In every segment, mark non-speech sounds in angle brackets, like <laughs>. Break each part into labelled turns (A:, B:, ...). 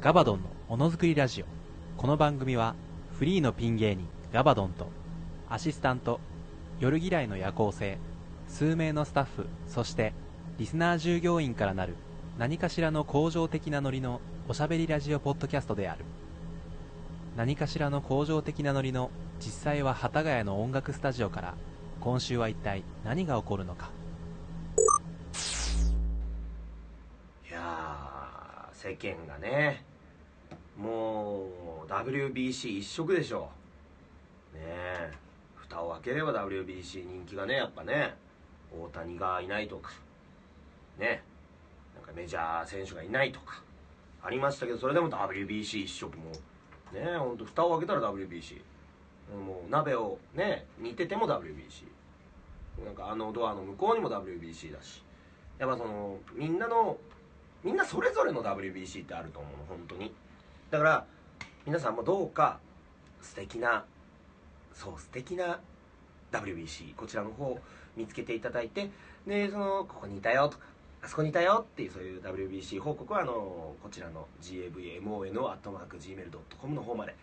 A: ガバドンのものづくりラジオこの番組はフリーのピン芸人ガバドンとアシスタント夜嫌いの夜行性数名のスタッフそしてリスナー従業員からなる何かしらの向上的なノリのおしゃべりラジオポッドキャストである何かしらの向上的なノリの実際は幡ヶ谷の音楽スタジオから今週は一体何が起こるのか
B: いやー世間がねもう WBC 一色でしょねえ蓋を開ければ WBC 人気がねやっぱね大谷がいないとかねなんかメジャー選手がいないとかありましたけどそれでも WBC 一色もうねえほんと蓋を開けたら WBC もう鍋をね煮てても WBC なんかあのドアの向こうにも WBC だしやっぱそのみんなのみんなそれぞれの WBC ってあると思うの本当にだから皆さんもどうか素敵なそう素敵な WBC こちらの方を見つけていただいてでそのここにいたよとかあそこにいたよっていうそういう WBC 報告はあのこちらの GAVMON.gmail.com の方まで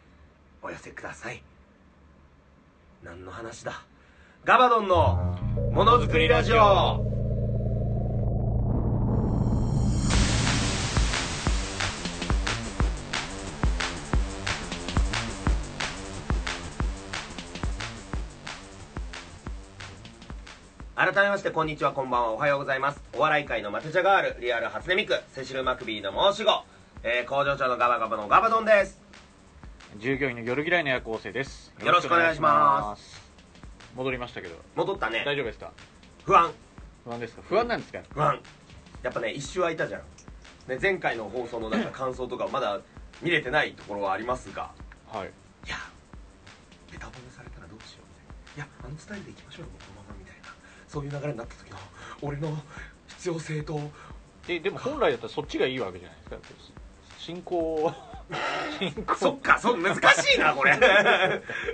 B: お寄せください何の話だガバドンのものづくりラジオ改めましてこんにちはこんばんはおはようございますお笑い界のマテ茶ガールリアル初音ミクセシル・マクビーの申し子、えー、工場長のガバガバのガバドンです
C: 従業員の夜嫌いの夜行性です
B: よろしくお願いします
C: 戻りましたけど
B: 戻ったね
C: 大丈夫ですか
B: 不安
C: 不安ですか不安なんですか
B: 不安やっぱね一周空いたじゃん、ね、前回の放送のなんか感想とかまだ見れてないところはありますが
C: はい
B: いやベタ褒めされたらどうしようみたいないやあのスタイルでいきましょうよこのままみたいなそういう流れになった時の俺の必要性と
C: ででも本来だったらそっちがいいわけじゃないですか進行進
B: <laughs> そ
C: 行
B: っか、そう、難しいな、 <laughs> これ。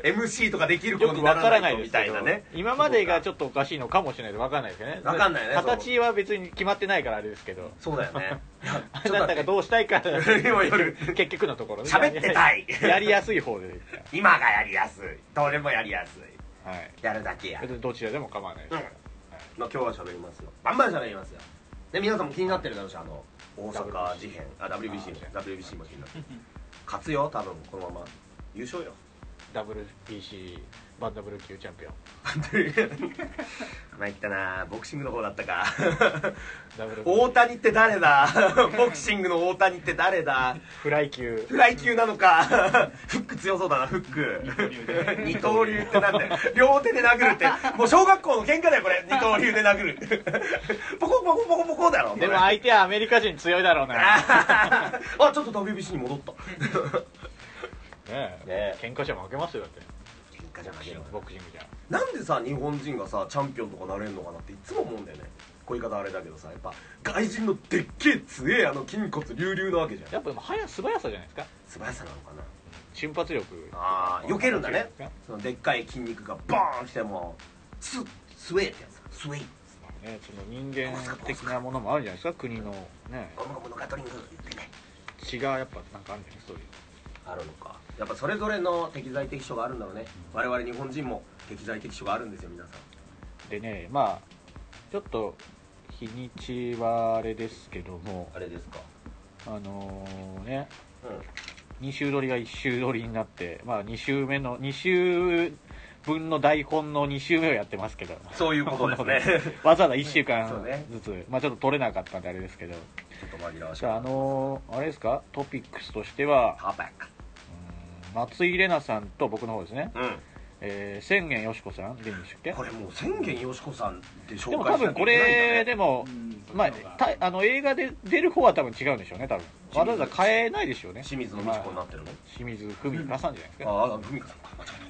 B: MC とかできる子
C: よく
B: に
C: わ
B: な
C: から
B: ら
C: な
B: ないいと
C: です
B: み
C: けど
B: たいなね。
C: 今までがちょっとおかしいのかもしれないでわかんないですよね
B: わかんないね
C: 形は別に決まってないからあれですけど
B: そうだよね。いや <laughs>
C: あ
B: ちょっと
C: な
B: 待っ
C: たが
B: て
C: どうしたいか <laughs>
B: 今夜
C: 結局のところ
B: <laughs>
C: ね
B: 喋ってたい
C: <laughs> やりやすい方でいいか
B: <laughs> 今がやりやすい。どれもやりやすい。
C: らはい
B: やるだけや。
C: 別にどちらでも構わないですから、
B: まあ今日は喋りますよ。バンバン喋りますよ。で、皆さんも気になってるだろうし、あの、大阪事変。あ、WBC も、WBC も気になってる。勝つよ、多分、このまま。優勝 <laughs> よ。
C: WBC バンダブル級チャンピオン
B: <laughs> まいったなボクシングの方だったか。
C: WBC
B: 大谷って誰だ <laughs> ボクシングの大谷って誰だ
C: フライ級
B: フライ級なのか <laughs> フック強そうだなフック二刀流ってなんだよ両手で殴るってもう小学校の喧嘩だよこれ二刀流で殴るポコポコポコポコだろこれ
C: <laughs> でも相手はアメリカ人強いだろうな、ね
B: <laughs> あーあちょっと WBC に戻った
C: え喧嘩じゃ負けますよだって
B: 喧嘩じゃ負けるわ
C: ボクシングじゃ
B: なんでさ日本人がさチャンピオンとかなれるのかなっていつも思うんだよねこういう言い方あれだけどさやっぱ外人のでっけえ強えあの筋骨隆々なわけじゃん
C: やっぱでも速素早さじゃないですか
B: 素早さなのかな
C: 瞬発力
B: ああ避けるんだね
C: まあ
B: そのでっかい筋肉がボーン来てもススウェイってやつスウェイ
C: ねその人間的なものもあるじゃないですか国のね
B: ゴムゴムのガトリングってね
C: 血がやっぱなんかあるんじゃないですかそういう
B: あるのかやっぱそれぞれの適材適所があるんだろうね我々日本人も適材適所があるんですよ皆さん
C: でねまあちょっと日にちはあれですけども
B: あれですか
C: あのーね
B: う
C: 2週撮りが1週撮りになってまあ2週目の2週分の台本の2週目をやってますけど
B: ん <laughs> そういうことですね
C: わざわざ1週間
B: そうね
C: ずつ、まあちょっと取れなかったんであれですけど
B: ちょっと紛らわし
C: じゃああのーあれですかトピックスとしては
B: パーパック
C: うん松井玲奈さんと僕の方ですね、
B: う
C: えー、千元よしこさんでいいんでしたっけ
B: んこれもう千元よしこさんで紹介
C: でも多分これで
B: も
C: も、まあ、たあの映画で出る方は多分違うんでしょうね多分わざわざ変えないでしょうね
B: 清水の美智子になってるの、
C: 清水文香さんじゃないですか、
B: ああ文香さんか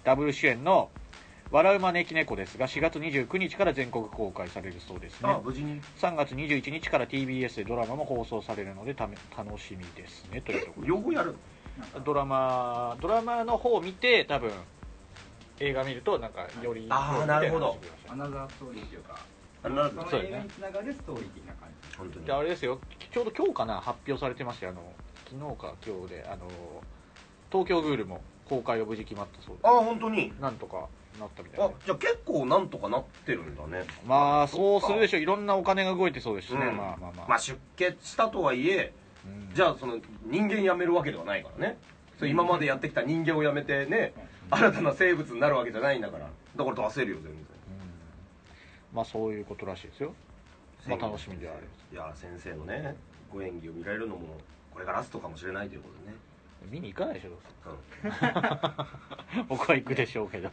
C: ダブル主演の「笑う招き猫」ですが4月29日から全国公開されるそうですね
B: ああ無事に
C: 3月21日から TBS でドラマも放送されるのでため楽しみですねというとこ
B: 両方やるの
C: ろドラマドラマの方を見て多分映画見るとなんかより
B: あーなるほど
D: アナザーストーリーっていうか、
B: あなるほ
D: そ
B: ど
D: の
C: そうよね
D: 映画につながるストーリー的な感じ。
B: 本当に
C: であれですよちょうど今日かな発表されてましたよあの昨日か今日であの東京グールも公開が無事決まったそうで
B: あ本当に
C: なんとかなったみたい
B: あ
C: で
B: じゃあ結構なんとかなってるんだね
C: まあそうするで
B: ょ
C: しょういろんなお金が動いてそうですしね、
B: うん
C: まあまあまあ、
B: まあ出血したとはいえ
C: うん
B: じゃあその人間辞めるわけではないからねそれ今までやってきた人間を辞めてね新たな生物になるわけじゃないんだからだから出せるよ全然
C: うんまあそういうことらしいですよまあ楽しみではありま
B: いや先生のねご演技を見られるのもこれがラストかもしれないということでね
C: す見に行かないでしょどう
B: うん
C: せ <laughs> 僕は行くでしょう
B: <laughs>
C: けど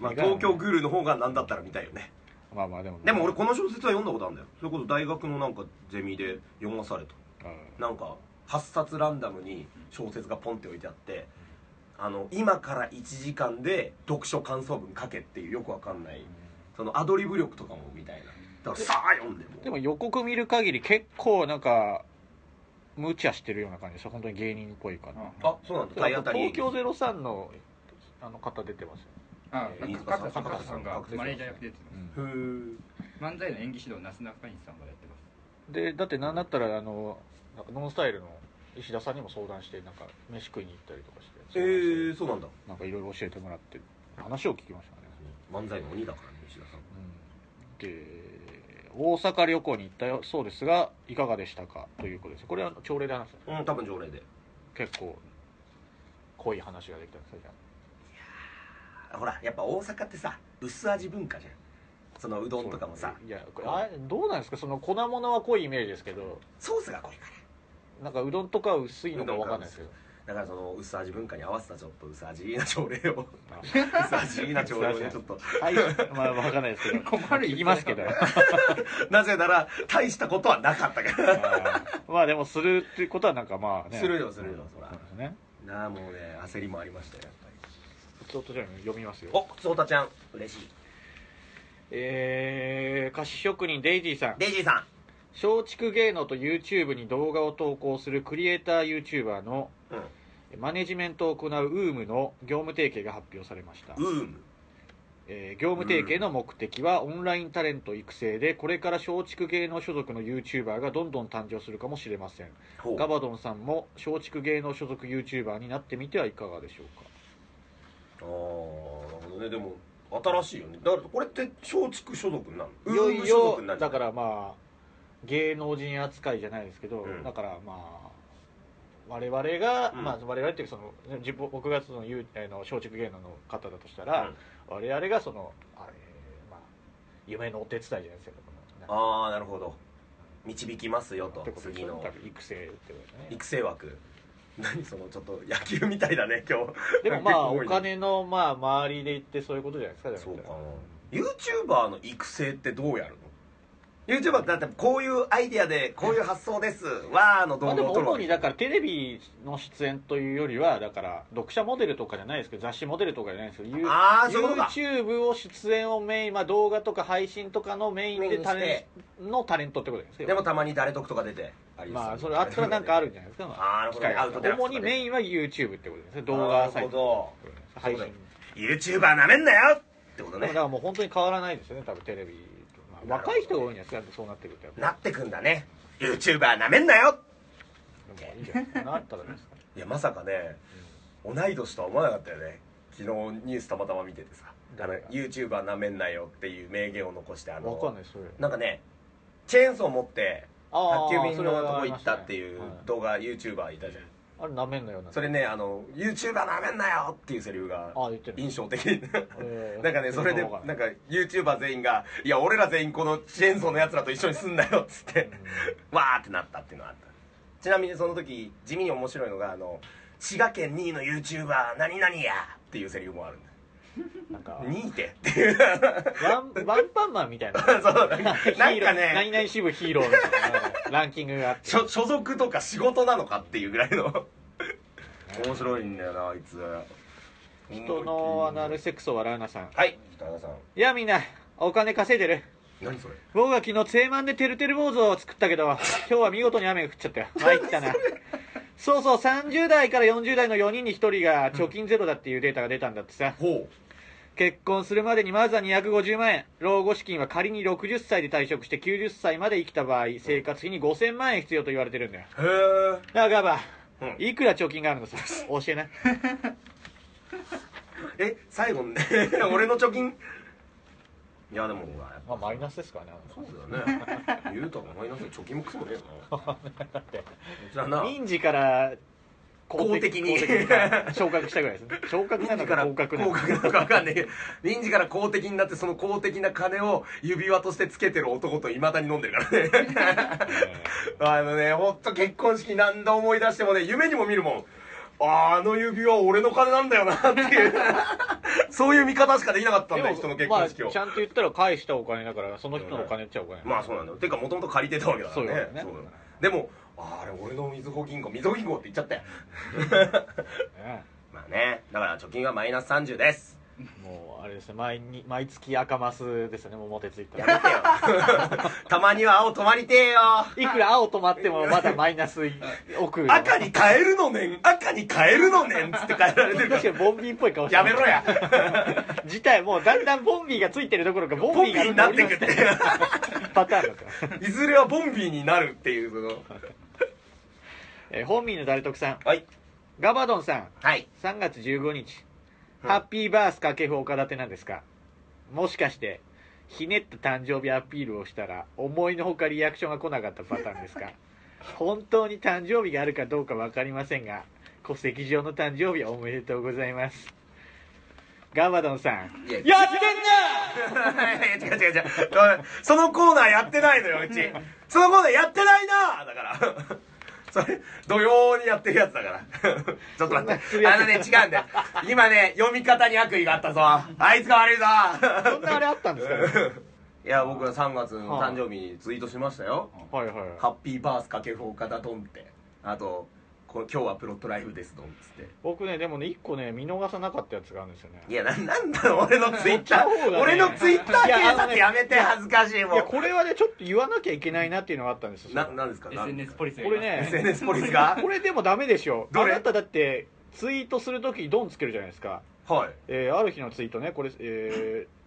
B: まあ
C: 意外
B: 東
C: だね
B: 京グールの方が何だったら見たいよね
C: まあまあでも
B: でも俺この小説は読んだことあるんだよそれこそ大学のなんかゼミで読まされた
C: うん
B: なんか8冊ランダムに小説がポンって置いてあってあの今から1時間で読書感想文書けっていうよくわかんないそのアドリブ力とかもみたいなだからさあ読んでも
C: でも予告見る限り結構なんか無茶してるような感じですよ本当に芸人っぽいかな、
B: あそうなんだ体当たり
C: 東京03のあの方出てますよ、
D: あ
B: えー
D: なんか角田さん角田さんが
B: 角田さん
D: マネージャー役で出てま
B: ふー
D: す漫才の演技指導なすなかにしさんがやってます
C: でだってなんだったらあのなんかノンスタイルの石田さんにも相談してなんか飯食いに行ったりとかして
B: えー、そうなんだ
C: なんかいろいろ教えてもらって話を聞きましたね、
B: 漫才の鬼だからね石田さん
C: で大阪旅行に行ったよそうですがいかがでしたかということですこれは朝礼で話す
B: うん多分条例で
C: 結構濃い話ができたんですよじゃあ
B: ほらやっぱ大阪ってさ薄味文化じゃんそのうどんとかもさ
C: いやこれあれどうなんですかその粉物は濃いイメージですけど
B: ソースがこれか
C: なんかうどんとかは薄いのか分かんないですけど
B: らだからその薄味文化に合わせたちょっと薄味いいな朝礼を薄味いいな朝礼をねちょっと
C: <laughs> はいまあ分かんないですけど
D: 困る
C: 聞きますけ
D: <laughs>
C: ど
B: なぜなら大したことはなかったから
C: まあでもするっていうことはなんかまあね
B: するよするよそ
C: そ
B: ら
C: うですね
B: なあもうね焦りもありましたよやっぱり
C: ちょっとじゃあ読みますよ
B: おつおたちゃん嬉しい
C: えー、菓子職人デイジーさん
B: デイジーさ
C: 松竹芸能と YouTube に動画を投稿するクリエイター YouTuber の
B: んうん
C: マネジメントを行う UM の業務提携が発表されました、
B: ウーム
C: えー業務提携の目的はオンラインタレント育成でこれから松竹芸能所属の YouTuber がどんどん誕生するかもしれません
B: ほう
C: ガバドンさんも松竹芸能所属 YouTuber になってみてはいかがでしょう
B: あ
C: か
B: あなるほどねでも新しいよねだからこれって松竹所属になる
C: いよいよだかららまあ芸能人扱いじゃないですけど、
B: うん
C: だからまあ我々が、
B: うん
C: まあ我々っていうかその自分僕がそのゆうあの松竹芸能の方だとしたら、
B: うん
C: 我々がそのあれまあ夢のお手伝いじゃないですけどこの
B: ああなるほど導きますよと
C: ってことでし
B: 次
C: ょ
B: の
C: 多分育成ってことだね
B: 育成枠何そのちょっと野球みたいだね今日
C: でもま
B: <laughs> 結構
C: あ
B: 多
C: お
B: いね
C: 金のまあ周りで言ってそういうことじゃないですかだら
B: そうかな YouTuber の育成ってどうやるの YouTuber だってこういうアイディアでこういう発想ですわーの動
C: まあ、で
B: 画
C: も
B: を撮るわ
C: 主
B: け
C: にだからテレビの出演というよりはだから読者モデルとかじゃないですけど雑誌モデルとかじゃないですけどユー
B: あーそういうことか
C: YouTube を出演をメイン、まあ、動画とか配信とかのメイン
B: メイン
C: で
B: に
C: タ
B: して
C: レンのタレントってことですよ
B: でもたまに誰得とか出て
C: まあそれあったらなんかあるんじゃないですか、ま
B: あーなるほど
C: 機会が
B: アウトデラックスと
C: 主
B: かね
C: にメインは YouTube ってことですね動
B: な
C: 画
B: る
C: サイ
B: ほ
C: ト
B: ど
C: 配信
B: そうだよ YouTuber なめんなよってこと
C: でもだ
B: ね
C: からもう本当に変わらないですよね多分テレビと、まあ、若い人が多いんじゃないですかそうなってくるとやっぱ
B: なってくんだね YouTuber なめんなよ
C: でもいいんじゃないですかなったらですか
B: いやまさかね同い年とは思わなかったよね昨日ニュースたまたま見ててさあの
C: 誰が
B: YouTuber なめんなよっていう名言を残してあの
C: わかんないそれ
B: なんかねチェーンソー持って
C: あ
B: 宅
C: ー
B: 急便
C: それ
B: の
C: は
B: と
C: あ
B: こ
C: り
B: 行
C: ま
B: っ
C: したね
B: っていう
C: はい
B: 動画 YouTuber いたじゃん
C: あれなめんなよな
B: それねあの YouTuber なめんなよっていうセリフが
C: あ言ってる
B: 印象的
C: えー
B: なんかねそれで
C: わかん
B: な
C: ない
B: んか YouTuber 全員が「いや俺ら全員このチェーンソーのやつらと一緒にすんなよ」っつって <laughs> わーってなったっていうのがあったちなみにその時地味に面白いのがあの「滋賀県2位の YouTuber 何々や」っていうセリフもあるんだ
C: なんか
B: 2位ってって <laughs> いう
C: ワ
B: <laughs>
C: ンワンパンマンみたいな
B: そうなんか
C: ヒーロー
B: なんかね
C: 何々支部ヒーローみたいなランキングがあって
B: 所所属とか仕事なのかっていうぐらいの <laughs> 面白いんだよなあいつ
C: 人のアナルセクソはラーナさん
B: はい北原さん
C: いやみんなお金稼いでる
B: 何それ
C: 僕は昨日精マンでてるてる坊主を作ったけど今日は見事に雨が降っちゃった <laughs> よ参ったなそうそう30代から40代の4人に1人が貯金ゼロだっていうデータが出たんだってさ
B: ほ
C: 結婚するまでにまずは250万円老後資金は仮に60歳で退職して90歳まで生きた場合生活費に5000万円必要と言われてるんだよ
B: うへえ
C: だからガバ
B: うん
C: いくら貯金がある <laughs> のさ教えな
B: え最後ね <laughs> 俺の貯金いやでもほらやっぱ
C: まあマイナスですからね
B: そうだよね言うとは思いますけど貯金もクソもねえよな
C: <laughs>
B: じゃあな
C: 民事から
B: 公的に
C: 公的に昇格したぐらいですね昇格な
B: 民事
C: の
B: か
C: から降
B: 公格
C: 格
B: なの
C: なのか
B: か分かんないけど民事から公的になってその公的な金を指輪としてつけてる男といまだに飲んでるからねあのねほんと結婚式何度思い出してもね夢にも見るもんあーあの指輪俺の金なんだよなっていう
C: <laughs>
B: そういう見方しかできなかったんだよ人の結婚式を、
C: まあ、ちゃんと言ったら返したお金だからその人のお金っちゃお金、
B: まあそうなんだよてかもともと借りてたわけだからね
C: そういうことだね
B: よでもあれ俺のみずほ銀行みずほ銀行って言っちゃったよ
C: ね
B: まあねだから貯金はマイナス30です
C: もうあれですね毎に毎月赤マスですねもうモテついた
B: や <laughs>
C: ら <laughs>
B: めてよたまには青止まりてえよ
C: いくら青止まってもまだマイナス奥
B: 赤に変えるのねん赤に変えるのねんっつって変えられてる
C: 確か
B: か
C: にボンビーっぽい顔
B: ら
C: して
B: やめろや
C: 自体もうだんだんボンビーがついてるどころか <laughs> ボ
B: ボ
C: ン
B: ン
C: ビ
B: ビ
C: ーが
B: ーになってくって
C: パターンだから <laughs>
B: いずれはボンビーになるっていうその
C: えー本民の誰得さん
B: はい
C: ガバドンさん
B: はい
C: 3月15日、
B: うん
C: ハッピーバース掛布岡立てなんですかもしかしてひねった誕生日アピールをしたら思いのほかリアクションが来なかったパターンですか本当に誕生日があるかどうか分かりませんが戸籍上の誕生日おめでとうございますガバドンさん
B: いや
C: やってん
B: 違う違う違うそのコーナーやってないのようちそのコーナーやってないなだからそれ土曜にやってるやつだからちょっと待ってあのね違うんだよ今ね読み方に悪意があったぞあいつが悪い <laughs> ぞ
C: なそんなあれあったんですか、ね、
B: <laughs> いや僕は3月の誕生日にツイートしましたよ
C: はいはい
B: 「ハッピーバースかけ放課だドン」ってあとこ「今日はプロットライブですドン」っつって
C: 僕ねでもね1個ね見逃さなかったやつがあるんですよね
B: いやななんだろう俺のツイッター
C: そっちの方がね
B: 俺のツイッター
C: いやあ
B: 検
C: のね
B: 索やめて恥ずかしい
C: い
B: も
C: や
B: ん
C: これはねちょっと言わなきゃいけないなっていうのがあったんですよ
B: ななんですかなん
D: SNS ポリスがい
C: これ
D: ます
C: ね
B: SNS ポリスが
C: これでもダメでしょ
B: ど
C: あ
B: れ
C: なただってツイートするときドンつけるじゃないですか、
B: はい
C: えーある日のツイートねこれ、えー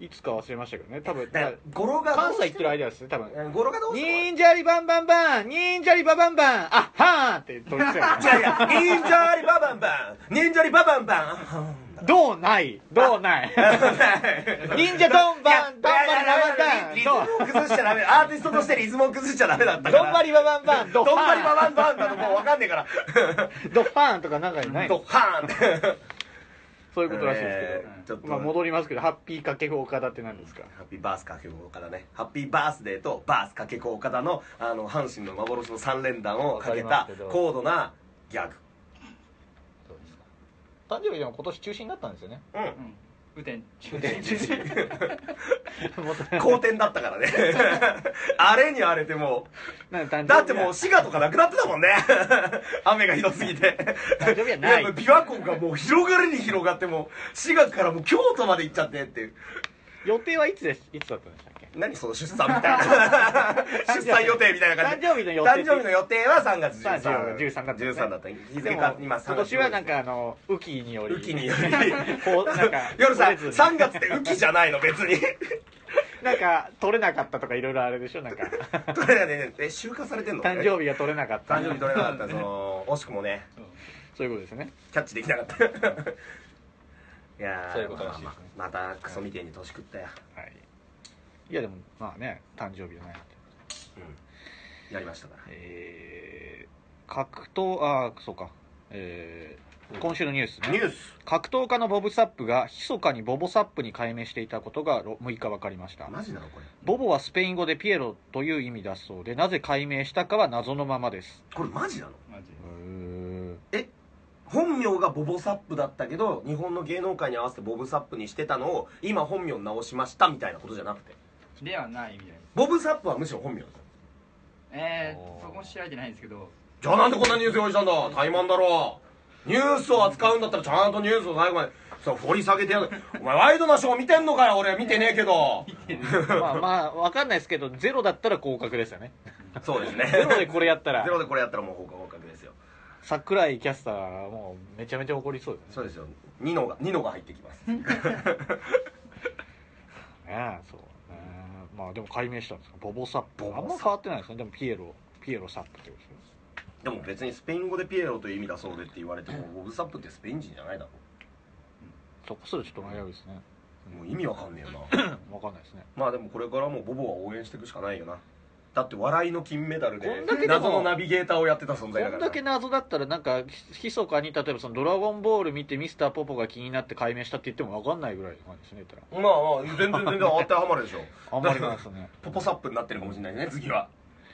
C: いつか忘れましたけどね多分
B: だから語呂が
C: 関西行ってる間ですね多分
B: 語呂がど
C: 「
B: うしても
C: 忍者リバンバンバン忍者リババンバンあっはーん!」って取り付け
B: いやいや忍者リババンバン忍者リババンバン
C: どうないどうない忍者ドンバンドンバリババンバン
B: リズム
C: ドン
B: を崩しちゃダメアーティストとしてリズムを崩しちゃダメだったから
C: ドンバリババンバンド
B: ド
C: ッ
B: ンバリバ
C: ハ
B: バンバンだともう分かんねえから
C: ーンドッハーンとかなんかにない
B: ド
C: の
B: ッハーンって
C: そういうことらしいですけど、
B: えーちょっと
C: まあ戻りますけどハッピー掛布岡田って何ですか
B: ハッピーバースかけこ岡田ねハッピーバースデーとバースかけこ岡田のあの阪神の幻の3連弾をかけ
C: わか
B: た
C: りますけど
B: 高度なギャグ
D: どうですか
C: 誕生日でも今年中止になったんですよね
B: うん
D: うん雨天
C: 雨天中
B: 好転だったからねあれに荒れても
C: なんで誕生日は
B: うだってもう滋賀とかなくなってたもんね雨がひどすぎて
C: 誕生日はない
B: いやもう琵琶湖がもう広がりに広がってもう滋賀からもう京都まで行っちゃってっていう
C: 予定はいつですいつだったんでしたっけ
B: 何その出産みたいな
C: <laughs>
B: 出産予定みたいな感じ
C: 誕生日の予定
B: 誕生日の予定は3月13
C: 13だったね
B: 13だった日
C: で
B: 付
C: も
B: か今
C: 今
B: 3月
C: 年はなんかあの雨季により
B: 雨季により
C: こうなんか
B: <laughs> 夜さ
C: 取れずに
B: 3月って雨季じゃないの別に
C: なんか取れなかったとかいろいろあれでしょな
B: <laughs>
C: んか
B: どれだねえ集荷されてんの
C: 誕生日が取れなかった
B: 誕生日取れなかったその惜しくもね
C: そういうことですね
B: キャッチできなかった <laughs> いやー
C: そういうことらしいですね
B: まあまあまたクソみてえに年食ったや、
C: はいいやでもまあね誕生日じゃないって
B: うん、やりましたから
C: えー、格闘ああそうかえー、今週のニュースね
B: ニュース
C: 格闘家のボブ・サップが密かにボボ・サップに改名していたことがろ6日分かりました
B: マジなのこれ
C: ボボはスペイン語でピエロという意味だそうでなぜ改名したかは謎のままです
B: これマジなの
D: マジで
B: 本名がボボサップだったけど日本の芸能界に合わせてボブサップにしてたのを今本名に直しましたみたいなことじゃなくて
D: ではないみたいな
B: ボブサップはむしろ本名だった
D: え
C: おー
D: ー、そこも調べてないんですけど
B: じゃあなんでこんなニュース用意したんだ怠慢だろニュースを扱うんだったらちゃんとニュースを最後までそう掘り下げてやるお前ワイドなショー見てんのかよ俺見てねえけど
C: まあまあ分かんないですけどゼロだったら降格ですよね
B: そうですね
C: ゼロでこれやったら
B: ゼロでこれやったらもう放課合格ですよ
C: 桜井キャスターはもうめちゃめちゃ怒りそうです
B: そうですよニノがニノが入ってきます
C: ねねそうねまあでも改名したんですかボボ・サップ
B: ボボ
C: あんま変わってないですねでもピエロピエロ・サップってことですね
B: でも別にスペイン語でピエロという意味だそうでって言われてもボブ・サップってスペイン人じゃないだろ
C: そこすらちょっと迷うですね
B: もう意味わかんねえよな
C: 分かんないですね
B: まあでもこれからもボボは応援していくしかないよなだって笑いの金メダル
C: こん
B: で
C: だけでも
B: 謎のナビゲーターをやってた存在だ
C: こ
B: から
C: んだ
B: な
C: け謎だったらなんかひ密かに例えばその「ドラゴンボール」見てミスターポポが気になって解明したって言っても分かんないぐらいの感じですね言っ
B: まあまあ全然全然当てはまるでしょ
C: たらあんまりないですね
B: ポポサップになってるかもしれないね次は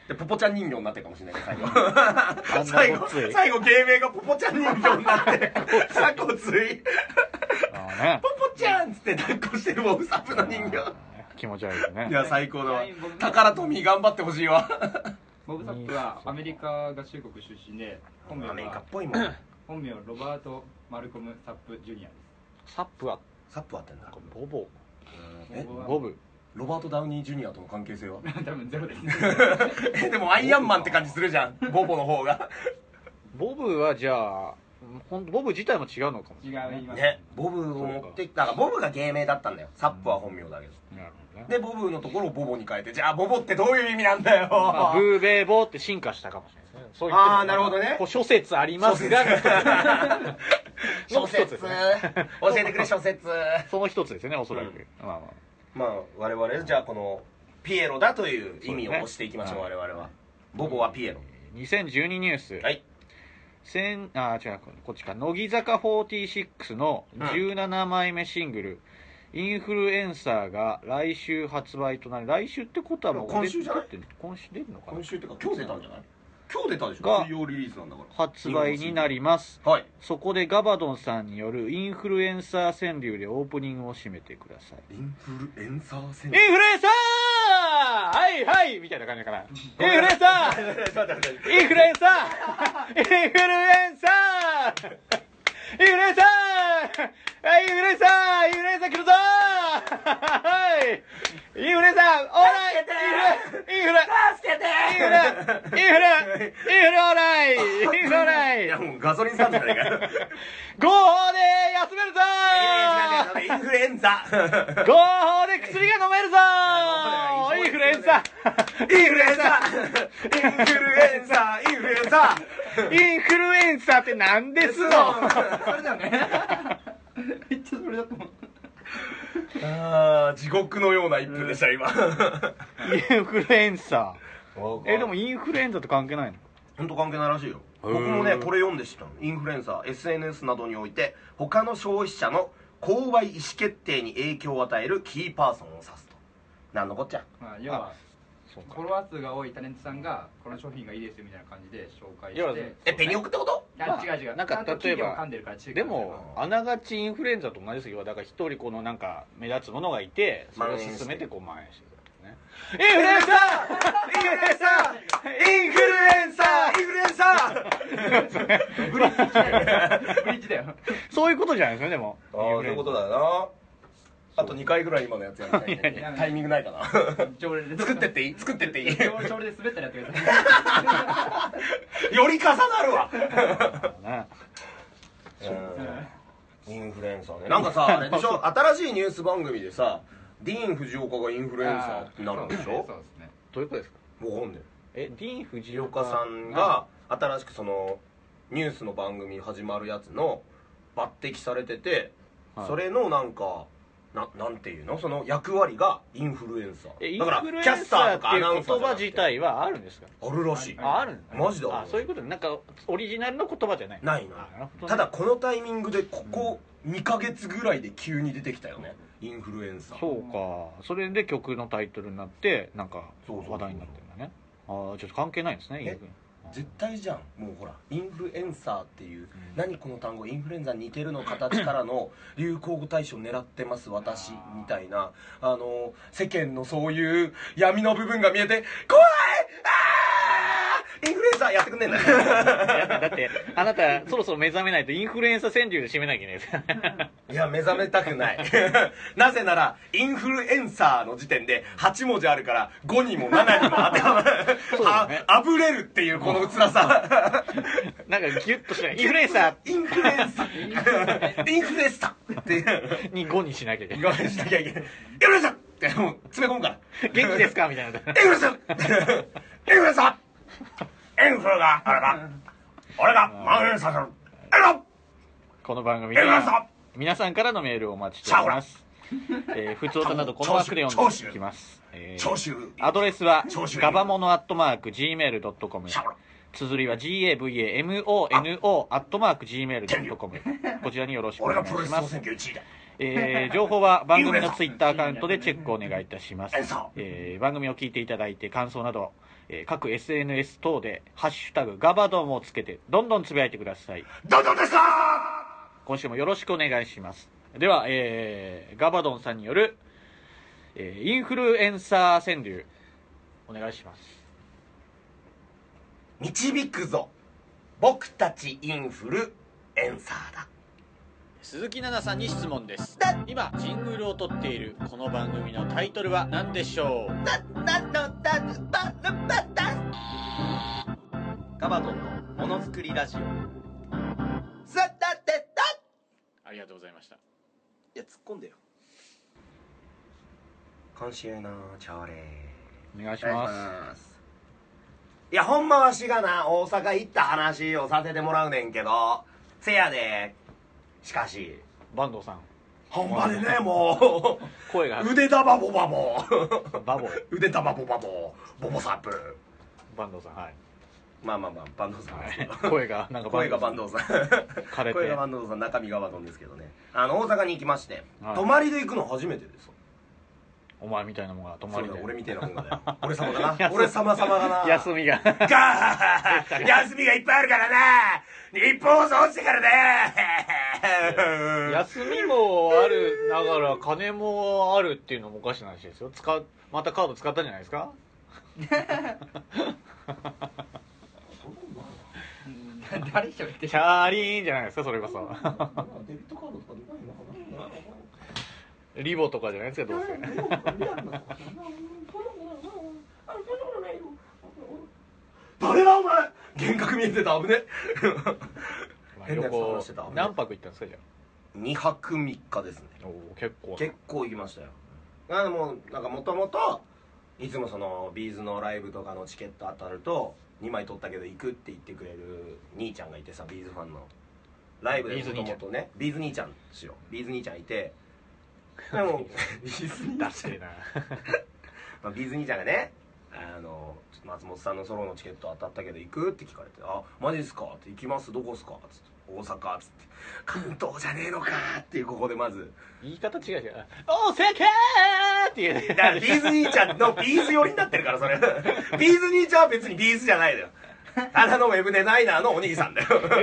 B: でポポちゃん人形になってるかもしれない最後
C: <laughs> あん
B: 最
C: なご
B: 後
C: っつい
B: 最後芸名がポポちゃん人形になって鎖骨い
C: あーね
B: ポポちゃんっつって抱っこしてるボブサップの人形
C: 気持ち悪いですね
B: いや最高だわ宝トミー頑張ってほしいわ
D: ボブ・サップはアメリカ合衆国出身で本名
B: アメリカっ
D: は
B: ぽいもん
D: 本名はロバート・マルコム・サップ・ジュニアで
C: サップは
B: サップあってんだ
C: ボボ
B: え
C: ボブ
B: ロバート・ダウニー・ジュニアとの関係性は
D: す <laughs> 多分ゼロですね
B: えでもアイアンマンって感じするじゃんボボの方が
C: ボブはじゃあほんとボブ自体も違うのかもしれ
D: 違い
C: ない、
D: ます
B: ねボブを持ってきたからボブが芸名だったんだよサップは本名だけど
C: なるほどね
B: でボブのところをボボに変えてじゃあボボってどういう意味なんだよ、
C: まあ、ブーベーボーって進化したかもしれないですねそう言っても
B: あーなるほどね
C: こう諸説ありますが <laughs>
B: 諸説教えてくれ諸説
C: その一つですよねおそらく、
B: うん
C: まあまあ
B: まあ我々じゃあこのピエロだという意味を押していきましょう
C: そう
B: 我
C: で
B: 々はボボはピエロ
C: 2012ニュース、
B: はい
C: せんあ違うこっちか乃木坂46の17枚目シングル、インフルエンサーが来週発売となる来週ってことはもう
B: 今週じゃない
C: 出て今週出るのかな
B: 今週ってか今日出たんじゃない今日出たでしょ
C: が
B: 水曜リリースなんだから
C: 発売になります
B: はい
C: そこでガバドンさんによるインフルエンサー川柳でオープニングを締めてください
B: インフルエンサー戦
C: インフルエンサーはいはいみたいな感じかな <laughs> インフルエンサーインフルエンサーインフルエンサーインフルエンサーインフルエンサーインフルエンサー来るぞはいインフルエンサーオーライインフルインフルインフルインフルインフルオーライインフルオーライ
B: いやもうガソリンスタンドじゃないから
C: 合法で休めるぞ
B: インフルエンザ
C: 合法で薬が飲めるぞ
B: いやもうこれ
C: インフルエンサー
B: インフルエンザインフルエンザインフルエンザ
C: インフルエンサーって何ですの
D: それだよね <laughs> めっちゃそれだと思う
B: あー地獄のような一分でした今
C: インフルエンサーえでも
B: 本
C: インフルエンザと関係ないの
B: 当関係ないらしいよ僕もねこれ読んで知ったのインフルエンサー SNS などにおいて他の消費者の購買意思決定に影響を与えるキーパーソンを指すとなんのこっちゃ
D: まあ要は
C: そう
D: フォロワー数が多いタレントさんがこの商品がいいですよみたいな感じで紹介し
C: 要は
D: て
B: えペニオクってこと
D: いや違う違う
C: なんか
D: ちゃんと
C: 例え
D: 企業
C: ば
D: 噛んでるから違う
C: で
D: <laughs>
C: もあながちインフルエンザと同じですよだから一人このなんか目立つものがいてそれを進めてこう蔓延してる、ね、インフルエンサーインフルエンサーインフルエンサー
B: インフルエンサー
D: ブリッジだよブリッジだよ
C: そういうことじゃないですよでも
B: ああそういうことだよなあと2回ぐらい今のやつやりたい
D: いや
B: ね
D: いや
B: タイミングないかな
D: 条例
B: <laughs>
D: で
B: 作ってっていい作ってっていいよ
D: <laughs> 条条例で滑ったらやってください
B: り重なるわ
C: ね
B: インフルエンサーねなんかさあ <laughs> れでしょ新しいニュース番組でさディーン・フジオカがインフルエンサーってなるんでしょ
D: そうですね
C: どういうことですか
B: わかんね
C: えディーン・フ
B: え
C: ジ
B: 藤岡さんが新しくそのニュースの番組始まるやつの抜擢されてて、
C: はい
B: それのなんかななんていうのその役割がインフルエンサ
C: えイ
B: ー
C: ン
B: だから
C: フルエン
B: キ
C: サ
B: ャスター
C: ー
B: と
C: っ
B: か
C: て
B: ア
C: い
B: ナウン
C: う
B: サー
C: 言
B: じゃ
C: 葉
B: なくて
C: 自体はあるんですか
B: あるらしい
C: ああるん
B: マジであ
C: あ
B: る
C: そういうことねなんかオリジナルの言葉じゃない
B: ないの
C: あなるほどね
B: ただこのタイミングでここ2ヶ月ぐらいで急に出てきたよねインフルエンサー
C: そうかそれで曲のタイトルになってなんか
B: そうそうそう
C: 話題になってるんだねああちょっと関係ないんですね
B: え
C: インフル
B: 絶対じゃんもうほらインフルエンサーっていう、何この単語インフルエンザに似てるの形からの流行語大賞狙ってます私みたいなあの世間のそういう闇の部分が見えて怖いあーインフルエンサーやってくんねえんだよ
C: だってあなたそろそろ目覚めないとインフルエンサ川柳で締めなきゃいけないです <laughs>
B: いや目覚めたくない <laughs> なぜならインフルエンサーの時点で8文字あるから5にも7にも当てはまる
C: そうだね
B: ああぶれるっていうこの辛さ
C: なんかギュッとし <laughs> ないインフルエンサ
B: インフルエンサーインフルエンサーっていう
C: ーに5にしなきゃいけない
B: 我慢しなきゃいけない。エルさんってもう詰め込むから。
C: 元気ですかみたいな
B: エルさんエルさん円風があれば、俺が万円させる。えら
C: この番組
B: え
C: で
B: ら
C: は
B: さ
C: 皆さんからのメールをお待ちしております。えー、普通歌などこの枠で読んでいきます。え
B: 長
C: ー、
B: 州、
C: アドレスは
B: 聴取、
C: ガバモノアットマーク、gmail.com
B: シ。ャブラ
C: 綴りは GAVAMONO アットマーク
B: <laughs>
C: Gmail.com こちらによろしくお
B: 俺
C: 願
B: が
C: い
B: プロレ
C: し
B: ス
C: ま
B: 総
C: す
B: 選、挙1位だ。
C: えー情報は番組のツイッターアカウントでチェックをお願いいたします
B: えそう、
C: えー番組を聞いていただいて感想など、えー各 SNS 等で「ハッシュタグガバドン」をつけてどんどんつぶやいてください
B: どうぞですか
C: 今週もよろしくお願いしますでは、えーガバドンさんによる、えーインフルエンサー川柳お願いします
B: 導くぞ。僕たちインフルエンサーだ。
C: 鈴木奈々さんに質問です今ジングルを撮っているこの番組のタイトルは何でしょう
E: ガバドンのものづくりラジオさだってだ
C: ありがとうございました
E: いや突っ込んでよ
B: 今週の朝礼。
C: お願いし
B: お願い
C: ま
B: し
C: す
B: ます。いや、ほんまわしがな、大阪行った話をさせてもらうねんけど、せやで、しかし、
C: 坂東さん
B: ほんまで
E: <laughs>
B: ね、もう。
C: 声が
B: 腕玉ボバボ
C: バボ
B: <laughs> 腕玉ボバボボボサップ
C: 坂東さんはい、
B: まあまあまあバンドさんですけど
C: はい、声がなんか
B: 声がバンド
C: さ
B: さん
C: 枯れて
B: 声がバンドさん中身がバンドですけどねあの大阪に行きまして、
C: はい
B: 泊まりで行くの初めてです
C: んお前みたいなもんが泊ま
B: そう
C: り
B: だ
C: で
B: 俺みたいなもんがだよ俺様だな
C: 休
B: 俺様様がな
C: <laughs> 休みが
B: ガー休みがいっぱいあるからな日本放送落ちてからね
C: <laughs> 休みもあるながら金もあるっていうのもおかしな話ですよ使うまたカード使ったんじゃないですか <laughs>
D: 誰しゃべって
C: チ
D: る
C: ャーリーンじゃないですかそれこそ
B: デビットカードとか出ないのかな
C: リボとかじゃないですかどうせ <laughs>
B: 誰だお前幻覚見えてた危ね
C: まあ
B: 変な
C: 旅
B: やつ話
C: 行
B: してた危ない
C: 何泊行ったんですかじゃ
B: 2泊3日ですね
C: あおー結構
B: 結構行きましたよあもうなんかもともといつもそのビーズのライブとかのチケット当たると2枚取ったけど行くって言ってくれる兄ちゃんがいてさビーズファンのライブで
C: ビーズ
B: もと
C: 兄ちゃ
B: も
C: ん
B: とねビーズ兄ちゃんですよビーズ兄ちゃんい <laughs> てでもビーズ兄ちゃ
C: ダ
B: ん
C: セえ <laughs> な
B: まあ、ビーズ兄ちゃんがねあのちょっと松本さんのソロのチケット当たったけど行くって聞かれて「あマジですか?」って「行きますどこっすか?」っつって「大阪」っつって「関東じゃねえのか」っていうここでまず
C: 言い方違うじゃんおせけーって言う
B: だからビーズ兄ちゃんのビーズ寄りになってるからそれビーズ兄ちゃんは別にビーズじゃないのよただのウェブデザイナーのお兄さ <laughs> んだよ
C: おせけ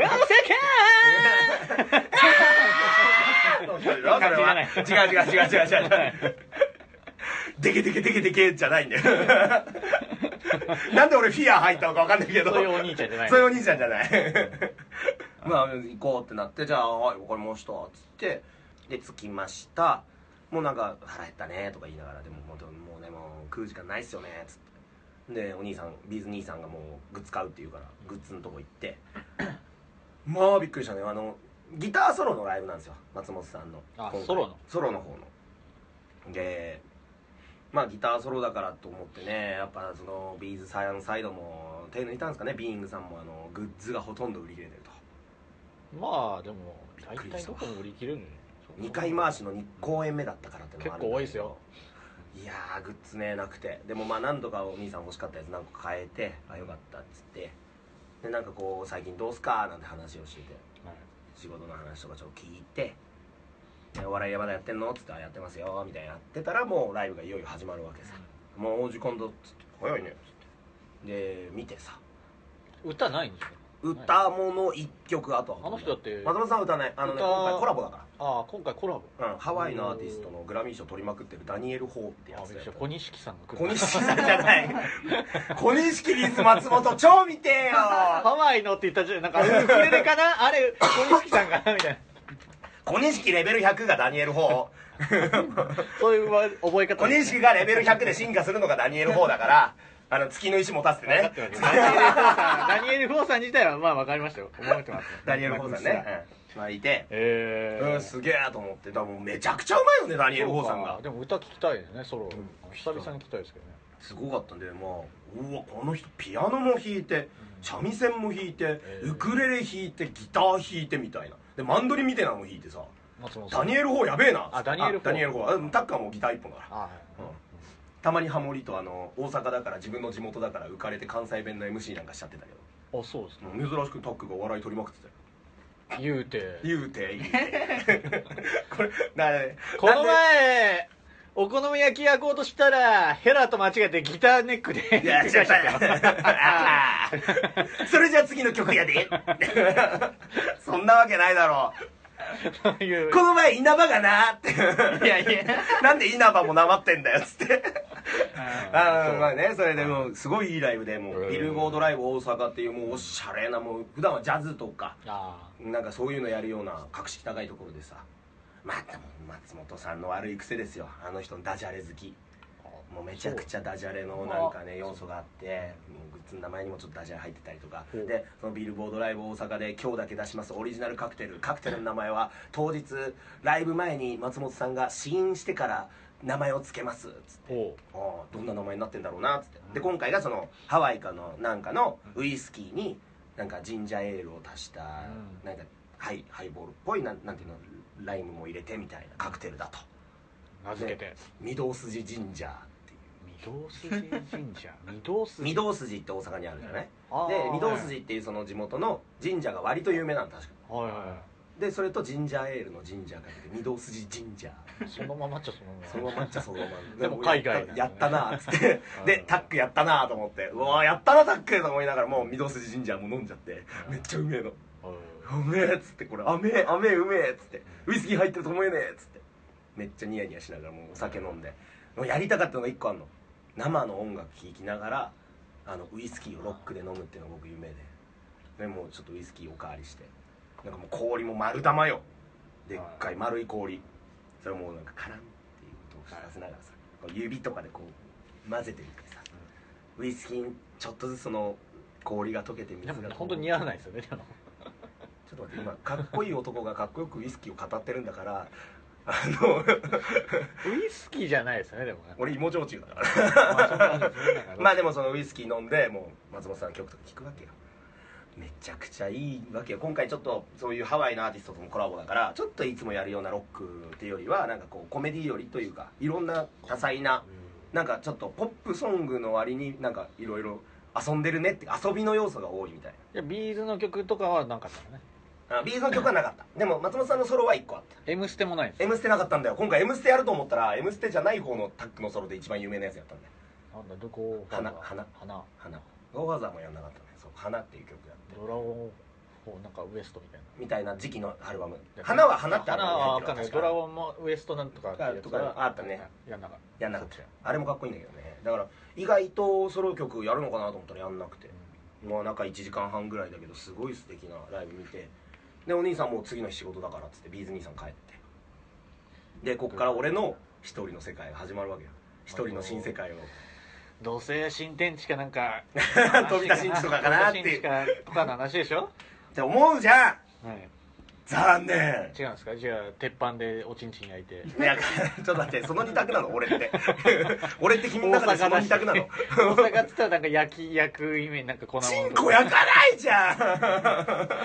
C: ー
B: どうしたのそれは
C: 感じじ
B: 違う違う違う違う違うでけでけでけでけじゃないんだよなんで俺フィア入ったのか分かんないけど
C: そういうお兄ちゃんじゃない
B: そういうお兄ちゃんじゃないまあ行こうってなってじゃあはい分かりましたっつってで着きましたもうなんか腹減ったねとか言いながらでももうでももうねもう食う時間ないっすよねっつってでお兄さんビーズ兄さんがもうグッズ買うって言うからグッズのとこ行って <coughs> まあびっくりしたねあのギターソロのライブなんですよ松本さんの
C: あ
B: 今回
C: ソロの
B: ソロの方のでまあギターソロだからと思ってねやっぱそのビーズサインサイドも手抜いたんですかねビーイングさんもあのグッズがほとんど売り切れてると
C: まあでも大
B: くり
C: 体
B: した
C: どこも売り切れるん
B: 2回回しの2公演目だったからってのもあるんだけど
C: 結構多いですよ
B: いやーグッズねなくてでもまあ何度かお兄さん欲しかったやつ何個か変えてあよかったっつってでなんかこう最近どうすかなんて話をしてて仕事の話とかちょっと聞いて「でお笑いまだやってんの?」っつってあ「やってますよ」みたいなやってたらもうライブがいよいよ始まるわけさ「もう時間だ」っつって「早いね」っつってで見てさ
C: 歌ないんですよ
B: 歌もの1曲あと
C: あの人だって
B: 松本さんは歌わないあのね
C: 歌
B: 今回コラボだか
C: ああ今回コラボ
B: ら、うん、ハワイのアーティストのグラミー賞取りまくってるダニエル・ホーってや
C: あ
B: つ
C: びっ
B: だ
C: くり
B: よ
C: した小錦さんが来る
B: 小錦さんじゃない <laughs> 小錦リズ松本超見てえよ
C: ハワイのって言ったじゃんなんかウクレレかなあれ小錦さんかなみたいな
B: 小錦レベル100がダニエル・ホー <laughs>
C: そういう覚え方
B: 小 <laughs> 錦がレベル100で進化するのがダニエル・4だから、あの、月の石持たせて
C: 分か
B: ね
C: っ。てますダニエル・フォーさんダニエル・フォーさん自体はまあ分かりましたよ覚えてます
B: <laughs> ダニエル・4さんね。うんまあ、いて。
C: ええ
B: うん、すげえと思って。だからもうめちゃくちゃうまいよね、ダニエル・4さんが。
C: でも歌聞きたいですねソロ
B: ん
C: 久々に聞きたいですけどね
B: すごかったんで、まあ、うわ、この人ピアノも弾いて、三味線も弾いて
C: え
B: ウクレレ弾いてギター弾いてみたいなでマンドリンみたいなのも弾いてさ
C: 松本さ
B: ダ
C: ん
B: ニエル・ホーやべえな
C: あダニエルホー
B: ダニエル・ホーあタッカーもギター一本だから
C: あ
B: うんたまにハモリとあの大阪だから自分の地元だから浮かれて関西弁の MC なんかしちゃってたけど
C: あそうですね
B: 珍しくタックが笑い取りまくってたよ
C: 言うて
B: 言うて言う
C: <laughs>
B: てこれな
C: この前お好み焼き焼こうとしたらヘラと間違えてギターネックで
B: いや、違ったよ。 <laughs> あーそれじゃあ次の曲やで。 <laughs> そんなわけないだろ。
C: そういう <laughs> う
B: この前、稲葉がなって。
C: いやいや
B: なんで稲葉もなまってんだよ、つって。あ
C: そ
B: ー
C: う
B: まあね、それでもう、すごいいいライブで、も
C: う
B: う、
C: ん
B: ビルボードライブ大阪っていう、もう、おしゃれな、もう、普段はジャズとか、
C: あ
B: なんかそういうのやるような、格式高いところでさ。また、松本さんの悪い癖ですよ。あの人のダジャレ好き。
C: ー
B: もうめちゃくちゃダジャレのなんかね要素があってもうグッズの名前にもちょっとダジャレ入ってたりとか
C: ほう
B: でそのビルボードライブ大阪で今日だけ出しますオリジナルカクテルカクテルの名前
C: <laughs>
B: は当日ライブ前に松本さんが試飲してから名前を付けますっつって
C: ほ
B: ああどんな名前になってんだろうなっつってで今回がそのハワイかのなんかのウイスキーになんかジンジャーエールを足した
C: うん
B: なんかハイハイボールっぽいなんなんていうのライムも入れてみたいなカクテルだと
C: う名付けて
B: 御堂筋ジンジャーっていう
C: 御堂筋神社御堂
B: 御
C: 筋
B: 堂筋って大阪にあるじゃない
C: あー
B: で御堂筋っていうその地元の神社が割と有名なの確か
C: はいはいは
B: でそれとジンジャーエールの神社が出て御堂筋神社
C: いそのままっちゃそのまま
B: そのままっちゃそのまま
C: でも海外
B: やったなっつって
C: うん
B: でタックやったなと思ってうわーやったなタックと思いながらもう御堂筋神社も飲んじゃってめっちゃうめえの
C: うん
B: うめえっつってこれ甘え甘えうめえっつってウイスキー入ってると思えねえっつってめっちゃニヤニヤしながらもうお酒飲んでもうやりたかったのが一個あんの生の音楽聴きながらあのウイスキーをロックで飲むっていうのが僕夢ででもうちょっとウイスキーおかわりしてなんかもう氷も丸玉よでっかい丸い氷それもうなんかカランっていう音をさせながらさこう指とかでこう混ぜてみてさウイスキーにちょっとずつその氷が溶けて水
C: で
B: が
C: も
B: こう
C: 本当に似合わないですよねでも
B: ちょっと待って今かっこいい男がかっこよくウイスキーを語ってるんだからあの
C: ウイスキーじゃないですよねでもね
B: 俺芋焼酎だから
C: まあそんなのそんなの
B: まあでもそのウイスキー飲んでもう松本さんの曲とか聞くわけよめちゃくちゃいいわけよ今回ちょっとそういうハワイのアーティストともコラボだからちょっといつもやるようなロックっていうよりはなんかこうコメディよりというかいろんな多彩ななんかちょっとポップソングの割になんかいろいろ遊んでるねって遊びの要素が多いみたい
C: いやビーズの曲とかはなんかったのね
B: なあビーズの曲はなかったでも松本さんのソロは1個あった
C: 「M ステ」もないんですよ
B: M ステなかったんだよ今回 M ステやると思ったら M ステじゃない方のタックのソロで一番有名なやつやったんだよ
C: なんだどこ
B: 花花
C: 花
B: 花ゴーファーザーもやんなかったねそう花っていう曲やって
C: ドラゴンこうなんかウエストみたいな
B: みたいな時期のアルバム花は花ってアルバ
C: 花
B: ムに
C: は
B: 入
C: わ
B: って
C: かん
B: る
C: ない
B: 確
C: ドラ
B: か
C: ゴンもウエストなんとかっていうやつ
B: とかあったね
C: やんなかっ
B: やんなかった
C: そっち
B: あれもかっこいいんだけどねだから意外とソロ曲やるのかなと思ったらやんなくてもうなんか1時間半ぐらいだけどすごい素敵なライブ見てでお兄さんもう次の日仕事だからっつってビーズ兄さん帰ってでこっから俺の一人の世界が始まるわけよ一人の新世界を
C: どうせ新天地かなんか
B: <laughs> 飛び出しんちとかかなっていう
C: 飛び出しんちかとかの話でしょ
B: <laughs> って思うじゃん
C: はい
B: 残念
C: 違うんですかじゃあ鉄板でおちんちん焼いて
B: いや <laughs> ちょっと待ってその二択なの俺って <laughs> 俺って君の中でその二択なの
C: 大阪っつったらなんか焼き焼くイメージなんか粉もんと
B: チ
C: か
B: ンコ焼かないじゃ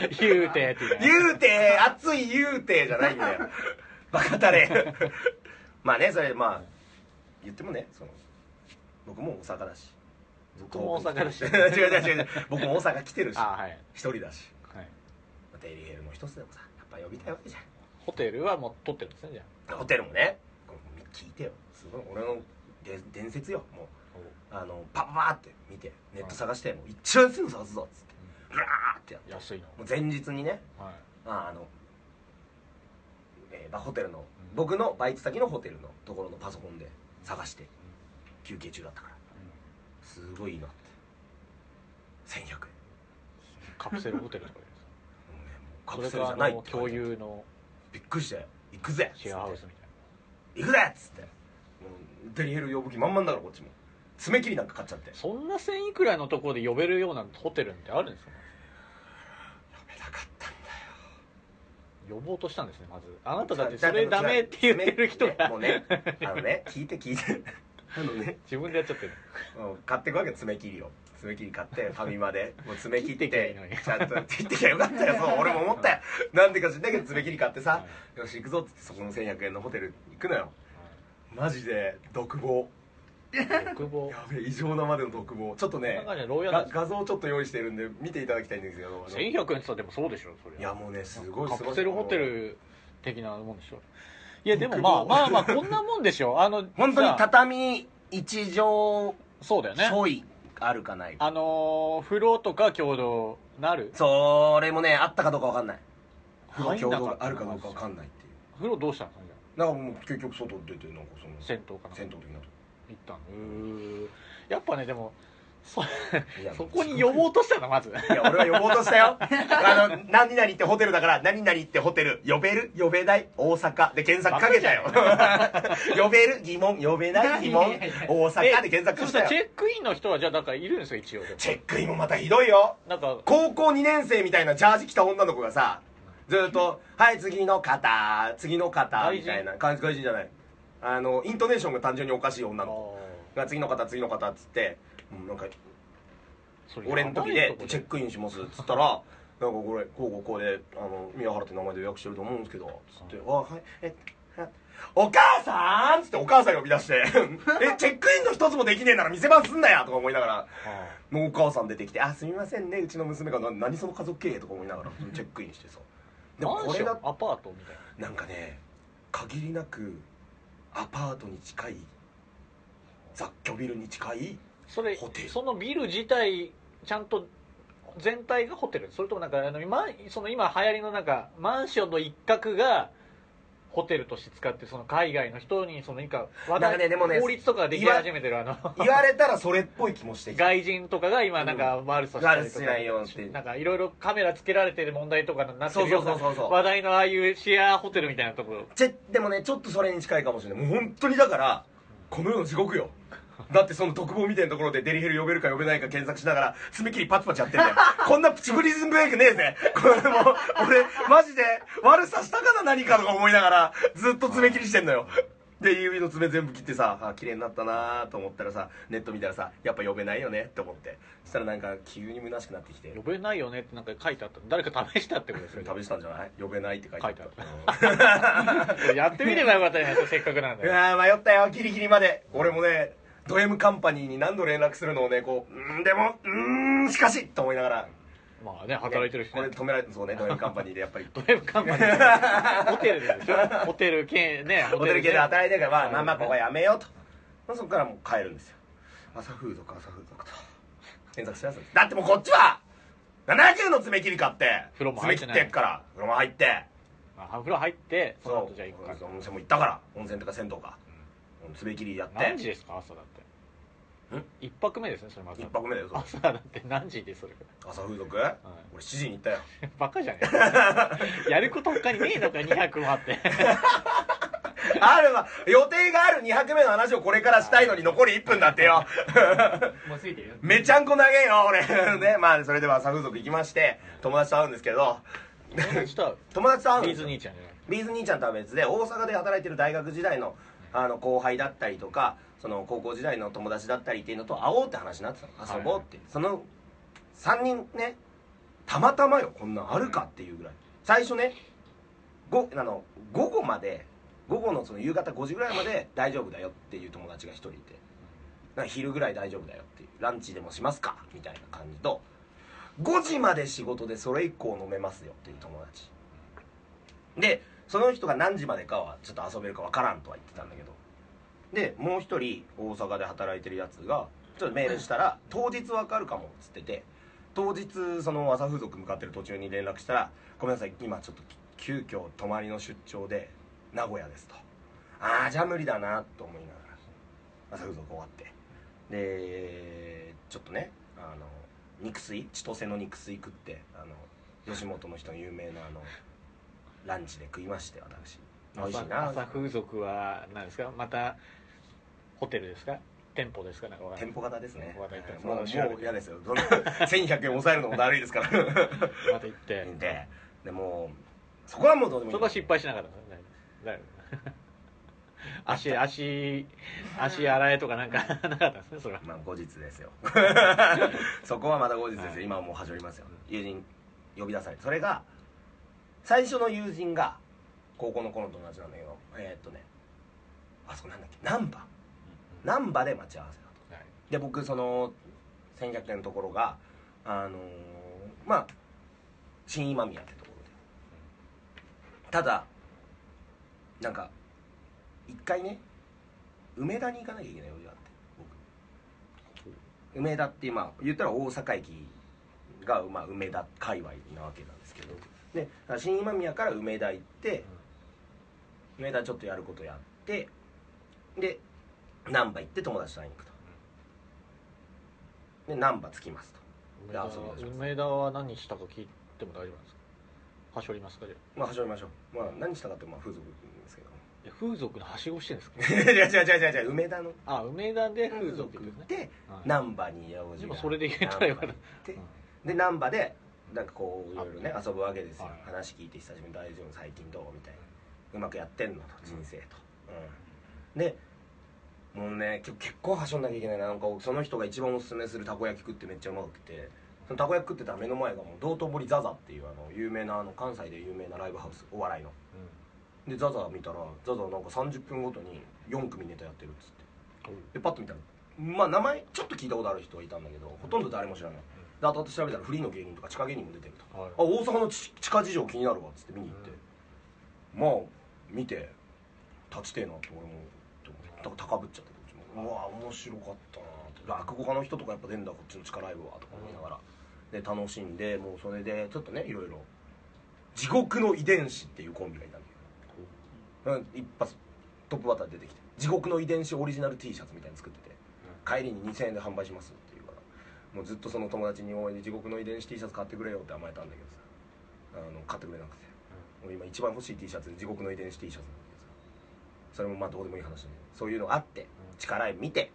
B: ん <laughs>
C: 言うてっていう
B: 言うて熱い言うてじゃないんだよバカタレ <laughs> まあねそれまあ言ってもねその僕も大阪だし
C: 僕も大阪だし
B: <laughs> 違う違う違う違う僕も大阪来てるし
C: あはい、
B: 一人だし
C: はい、
B: デイリーヘルの一つでもさやっぱ呼びたいわけじゃん
C: ホテルはもう取ってるんですねじゃ
B: ホテルもね聞いてよすごい俺ので伝説よもうあのパパパーって見てネット探してもう一番安いの探すぞっつってブラーってやって
C: あ安いの
B: もう前日にね
C: はい
B: ああの、えーまあホテルの僕のバイト先のホテルのところのパソコンで探して休憩中だったからすごいいいなって1100円も
C: カプセルホテルとかです
B: うねもうカ
C: そ
B: プ
C: れ
B: セルじ
C: か
B: ゃ
C: あ
B: ないっ
C: の
B: て
C: 共有の
B: びっくりしたよ行くぜっつって
C: シェアハウスみた
B: 行
C: い
B: くぜっつってもうデリヘル呼ぶ気満々だからこっちも爪切りなんか買っちゃって
C: なそんな1000いくらのところで呼べるようなホテルってあるんですか
B: ダメなかったんだよ
C: 呼ぼうとしたんですねまずあなただってそれダメって言ってる人が
B: もう
C: <laughs>
B: ねあのね聞いて聞いてあのね
C: 自分でやっちゃってる
B: うん買ってくわけ爪切りを爪爪切り買ってファミマでもう爪切っ
C: 切ってきゃいい
B: て
C: のに
B: ちゃんと切ってきゃよかったよそう俺も思ったよなんでか知んないけど爪切り買ってさ <laughs> よし行くぞっつってそこの1100円のホテル行くのよマジで独房
C: 欲望
B: やべえ異常なまでの独房ちょっとね
C: なんかね牢屋な
B: が
C: んですよ
B: 画像をちょっと用意してるんで見ていただきたいんですけど
C: 1100円って言ったらでもそうでしょそれ
B: いやもうねすごい
C: カ
B: すごい
C: プセルホテル的なもんでしょいやでもまあ
B: 僕も
C: まあまあこんなもんでし
B: <laughs>
C: ょあの
B: 本当に
C: さ
B: 畳一畳
C: そうだよ
B: ち
C: ね
B: ょいあるかないか
C: あのー、風呂とか共同なる
B: それもねあったかどうかわかんない
C: 入んなかった
B: 共同があるかどうかわかんないっていう
C: 風呂どうしたのそれじゃ
B: だからもう結局外出てなんかその
C: あ銭湯かな
B: 銭湯的なと
C: 行ったのうーやっぱねでもそ
B: こいや
C: そこに呼ぼうとしたのま
B: <laughs>
C: ず
B: いや俺は呼ぼうとしたよ <laughs> あの何々ってホテルだから何々ってホテル呼べる呼べない大阪で検索かけたよ <laughs> 呼べる疑問呼べない疑
C: <laughs>
B: 問
D: いやいやいや
B: 大阪で検索し
C: そしたらチェ
B: よ
C: ックインの人はじゃあだからいるんですよ一応でも
B: チェックインもまたひどいよ
C: なんか
B: 高校2年生みたいなジャージ着た女の子がさずっと「はい次の方次の方」みたいな感じ外人じゃないあのイントネーションが単純におかしい女の子が次の方次の方っつって、うん、なんか
C: それ
B: 俺の時でチェ
C: ク
B: ックインしますっつったら「なんかこれこうこうこうであの宮原って名前で予約してると思うんですけど」つって「あはいええお母さん!」っつってお母さん呼び出して <laughs> 「えチェックインの一つもできねえなら店番すんなや!」とか思いながらのお母さん出てきて「あすみませんねうちの娘がな何その家族経営」とか思いながらチェックインしてさでも
C: マン
B: こ
C: シ
B: れ
C: ョン
B: だ
C: アパートみたい
B: な
C: な
B: んかね限りなくアパートに近い雑居ビルに近い
C: それ
B: ホテル
C: そのビル自体ちゃんと全体がホテルそれともなんかあの今その今流行りのなんかマンションの一角がホテルとして使ってその海外の人にそのなんか話
B: なんかねでもね
C: 法律とかができ始めてるあの
B: 言われたらそれっぽい気もしてきた
C: <laughs> 外人とかが今なんか悪さしたりと
B: 悪さし
C: か
B: ないようにして
C: なんかいろいろカメラつけられてる問題とかになってるような
B: そうそうそうそうそう
C: 話題のああいうシェアホテルみたいなところ
B: ちぇでもねちょっとそれに近いかもしれないもう本当にだからこの世の地獄よだってその独房みたいなところでデリヘル呼べるか呼べないか検索しながら爪切りパチパチやってんだよこんなプチグリズムブレイクねえぜこれもう俺マジで悪さしたかな何かとか思いながらずっと爪切りしてんのよで指の爪全部切ってさあ綺麗になったなーと思ったらさネット見たらさやっぱ呼べないよねって思ってそしたらなんか急に虚しくなってきて
C: 呼べないよねってなんか書いてあった誰か試したってことです
B: <laughs>
C: よね
B: 試したんじゃない呼べないって書いてあった
C: 書いてやってみればよかったじゃないですかせっかくなん
B: い
C: で
B: やー迷ったよギリギリまで俺もねド M カンパニーに何度連絡するのをねこううーんでもうーんしかしと思いながら、
C: まあね働いてる人
B: これ止められてそうねド M カンパニーでやっぱり
C: <laughs> ドライブカンパ
B: <laughs>
C: ニーホテルでしょホテル系ね
B: ホテル系で
C: ね
B: 働いてるから、まあ、まあまあここはやめようと、まあ、そこからもう帰るんですよ朝風俗朝風俗と検索しますだってもうこっちは70の爪切り買って
C: 風呂も
B: 爪
C: 入って
B: 切
C: ない
B: ってっから風呂も入って
C: まあお風呂入ってその後
B: う
C: じゃあ行くか
B: 温泉も行ったから温泉とか銭湯か、爪切りやって
C: 何時ですか朝だって
B: ん
C: 一泊目ですねそれまず
B: 一泊目だよそれ
C: 朝だって何時でそれ
B: 朝風俗、俺7時に行ったよ
C: バカじゃね
B: <laughs>
C: えやること他にねえのか200もあって
B: <laughs> あるわ予定がある2拍目の話をこれからしたいのに残り1分だってよ
D: もう過ぎてるよ
B: めちゃんこ長えよ俺 <laughs> ねまあそれでは朝風俗行きまして友達と会うんですけど
C: 友達とは
B: 友達と会うん
C: ビ
B: です
C: ーズ
B: よ
C: 兄ちゃんじゃない
B: ビーズ兄ちゃんとは別で大阪で働いてる大学時代のあの後輩だったりとかその高校時代の友達だったりっていうのと会おうって話になってたの遊ぼうって、その3人ねたまたまよこんなんあるかっていうぐらい最初ねごあの午後まで午後のその夕方5時ぐらいまで大丈夫だよっていう友達が1人いてなんか昼ぐらい大丈夫だよっていうランチでもしますかみたいな感じと5時まで仕事でそれ以降飲めますよっていう友達でその人が何時までかはちょっと遊べるかわからんとは言ってたんだけどでもう一人大阪で働いてるやつがちょっとメールしたら「当日わかるかも」っつってて当日その朝風俗向かってる途中に連絡したら「ごめんなさい今ちょっと急遽泊まりの出張で名古屋です」と「ああじゃあ無理だな」と思いながら朝風俗終わってでちょっとねあの肉水千歳の肉水食ってあの吉本の人の有名なあのランチで食いまして私美味しいな
C: 朝朝風俗は何ですかまたホテルですか店舗ですかなんかわかんない
B: 店舗型ですね
C: また行った
B: もうも
C: また調べて
B: う嫌ですよそんな1200円抑えるのもだ <laughs> るいですから
C: また行って
B: ででもうそこはもうどうでもい
C: そ
B: い
C: こは失敗しなかったのねだよ足足足洗えとかなん <laughs> かなかったんですねそれは
B: まあ後日ですよ <laughs> そこはまだ後日ですよ、
C: はい
B: 今はもう始まりますよ友人呼び出されてそれが最初の友人が高校の頃の友達なんだけどえーっとねあそこなんだっけ難波難波で待ち合わせだと
C: はい
B: で僕その先客店のところがあのーまあ新今宮ってところでただなんか一回ね梅田に行かなきゃいけない用事があって僕梅田って今言ったら大阪駅が、まあ、梅田界隈なわけなんですけどで新今宮から梅田行って梅田ちょっとやることやってで難波行って友達と会いに行くとで難波着きますと
C: 梅田は
B: そうそうそう
C: 梅田は何したか聞いても大丈夫なんですかはしょりますかじゃあ
B: まあ始めましょうまあ何したかってまあ風俗ですけど
C: <laughs> いや風俗のはしごしてるんですか
B: 違う違う違う違う梅田の
C: あ梅田で風
B: 風
C: 俗
B: 俗
C: です
B: 行
C: ね
B: っ、て
C: はい
B: 難波に用事が
C: で
B: あ
C: も
B: って
C: それで言えたらよかった
B: でで難波でなんかこういろいろね
C: あ
B: 遊ぶわけですよ、
C: はい
B: 話聞いて久しぶりに大丈夫最近どうみたいなうまくやってんのと人生と、うんでもうね今日結構はしょんなきゃいけないななんかその人が一番おすすめするたこ焼き食ってめっちゃうまくてそのたこ焼き食ってたら目の前がもう道頓堀ザザっていうあの有名なあの関西で有名なライブハウスお笑いのでザザ見たらザザなんか30分ごとに4組ネタやってるっつってでパッと見たらまあ名前ちょっと聞いたことある人はいたんだけどほとんど誰も知らないで後々調べたらフリーの芸人とか地下芸人も出てると
C: はい
B: あ大阪の地地下事情気になるわっつって見に行って、まあ見て立ちてえなって俺もって思って高ぶっちゃってこっちもうわ面白かったなって落語家の人とかやっぱ出んだこっちの地下ライブはとか思いながらで楽しんでもうそれでちょっとねいろいろ地獄の遺伝子っていうコンビがいたんだけど、うん、一発トップバッター出てきて地獄の遺伝子オリジナル T シャツみたいに作ってて帰りに2000円で販売しますって言うからもうずっとその友達に応援で地獄の遺伝子 T シャツ買ってくれよって甘えたんだけどさあの買ってくれなくて、俺今一番欲しい T シャツ地獄の遺伝子 T シャツなんだけどさそれもまあどうでもいい話だけどそういうのがあって力見て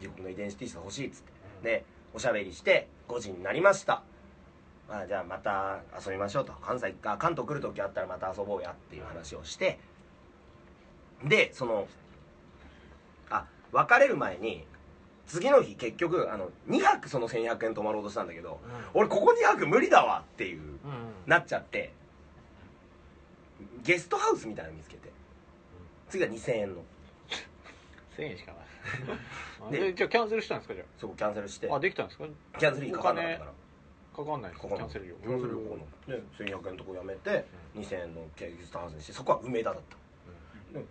B: 地獄の遺伝子 T シャツ欲しいっつってでおしゃべりして5時になりましたまあじゃあまた遊びましょうと関西か関東来る時あったらまた遊ぼうやっていう話をしてでそのあ別れる前に次の日結局あの2泊その1100円泊まろうとしたんだけど俺ここ2泊無理だわっていう
C: うんうん
B: なっちゃってゲストハウスみたいなの見つけて次が2000円の
C: 1000円しか <laughs> ない
B: で
C: でじゃあキャンセルしたんですかじゃ
B: そこキャンセルして
C: ああできたんですか
B: キャンセル費かかんなかったから
C: かかんないんです
B: こ
C: か
B: こ
C: キャンセル料
B: キャンセル料ここので1100円のとこやめて2000円のケーキスタンスにしてそこは梅田だった、で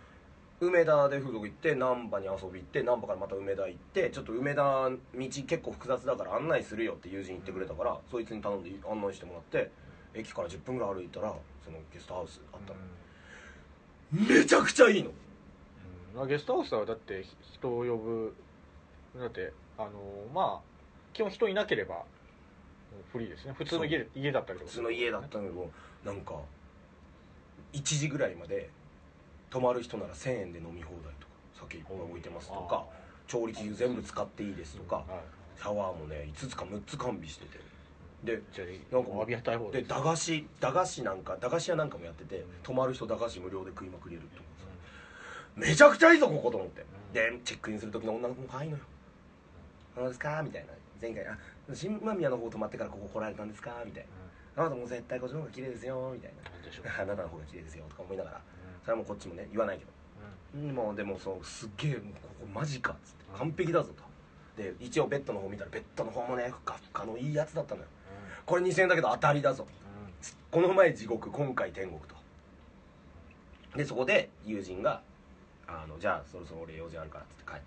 B: 梅田で風俗行って難波に遊び行って難波からまた梅田行ってちょっと梅田道結構複雑だから案内するよって友人言ってくれたからそいつに頼んで案内してもらって駅から10分ぐらい歩いたらそのゲストハウスあったの、めちゃくちゃいいの
C: うんまあゲストハウスはだって人を呼ぶだってあのまあ基本人いなければフリーですね普通の家家だったりと
B: 普
C: か
B: 通の家だったのにもなんか1時ぐらいまで泊まる人なら1000円で飲み放題とか酒いっぱい置いてますとか調理器具全部使っていいですとか
C: はい
B: シャワーもね5つか6つ完備しててで
C: じゃあ
B: なんか
C: 浴びたい方
B: で
C: ですね
B: 駄菓子駄菓子なんか駄菓子屋なんかもやってて泊まる人駄菓子無料で食いまくれるとかさめちゃくちゃいいぞここと思ってでチェックインする時の女の子も可愛いのよ「どうですか?」みたいな前回「あ新間宮の方泊まってからここ来られたんですか?」みたいな「あなたもう絶対こっちの方が綺麗ですよ」みたいな
C: なんでしょう
B: 「あなたの方が綺麗ですよ」とか思いながらそれはもうこっちもね言わないけどでもでもそうすっげえもうここマジかっつって完璧だぞとで一応ベッドの方見たらベッドの方もねふかふかのいいやつだったのよこれ2000円だけど当たりだぞこの前地獄今回天国とでそこで友人があの「じゃあそろそろ俺用事あるから」っつって帰っ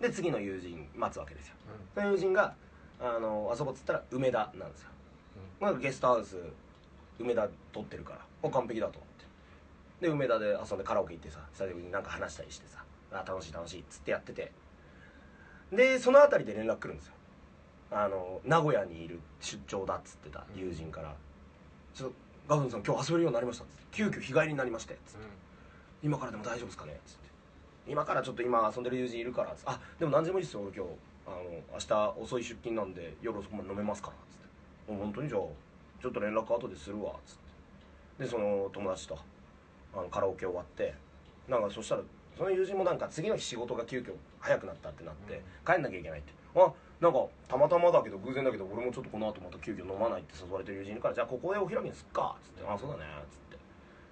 B: てで次の友人待つわけですよ、その友人があの遊ぼうっつったら梅田なんですよ、まあ、ゲストハウス梅田取ってるからお完璧だと思ってで梅田で遊んでカラオケ行ってさ久しぶりになんか話したりしてさあ楽しい楽しいっつってやっててでその辺りで連絡来るんですよあの名古屋にいる出張だっつってた友人から「ちょっとガブンさん今日遊べるようになりました」っつって急遽日帰りになりまして」っつって今からでも大丈夫ですかね?」っつって「今からちょっと今遊んでる友人いるから」つってあでも何時でもいいですよ俺今日あの明日遅い出勤なんで夜遅くまで飲めますから」つって「もう本当にじゃあちょっと連絡後でするわ」つってでその友達とあのカラオケ終わってなんかそしたらその友人もなんか次の日仕事が急遽早くなったってなって、帰んなきゃいけないってあなんかたまたまだけど偶然だけど俺もちょっとこの後また急遽飲まないって誘われてる友人いるからじゃあここでお開きにすっかっつって「あそうだね」っつって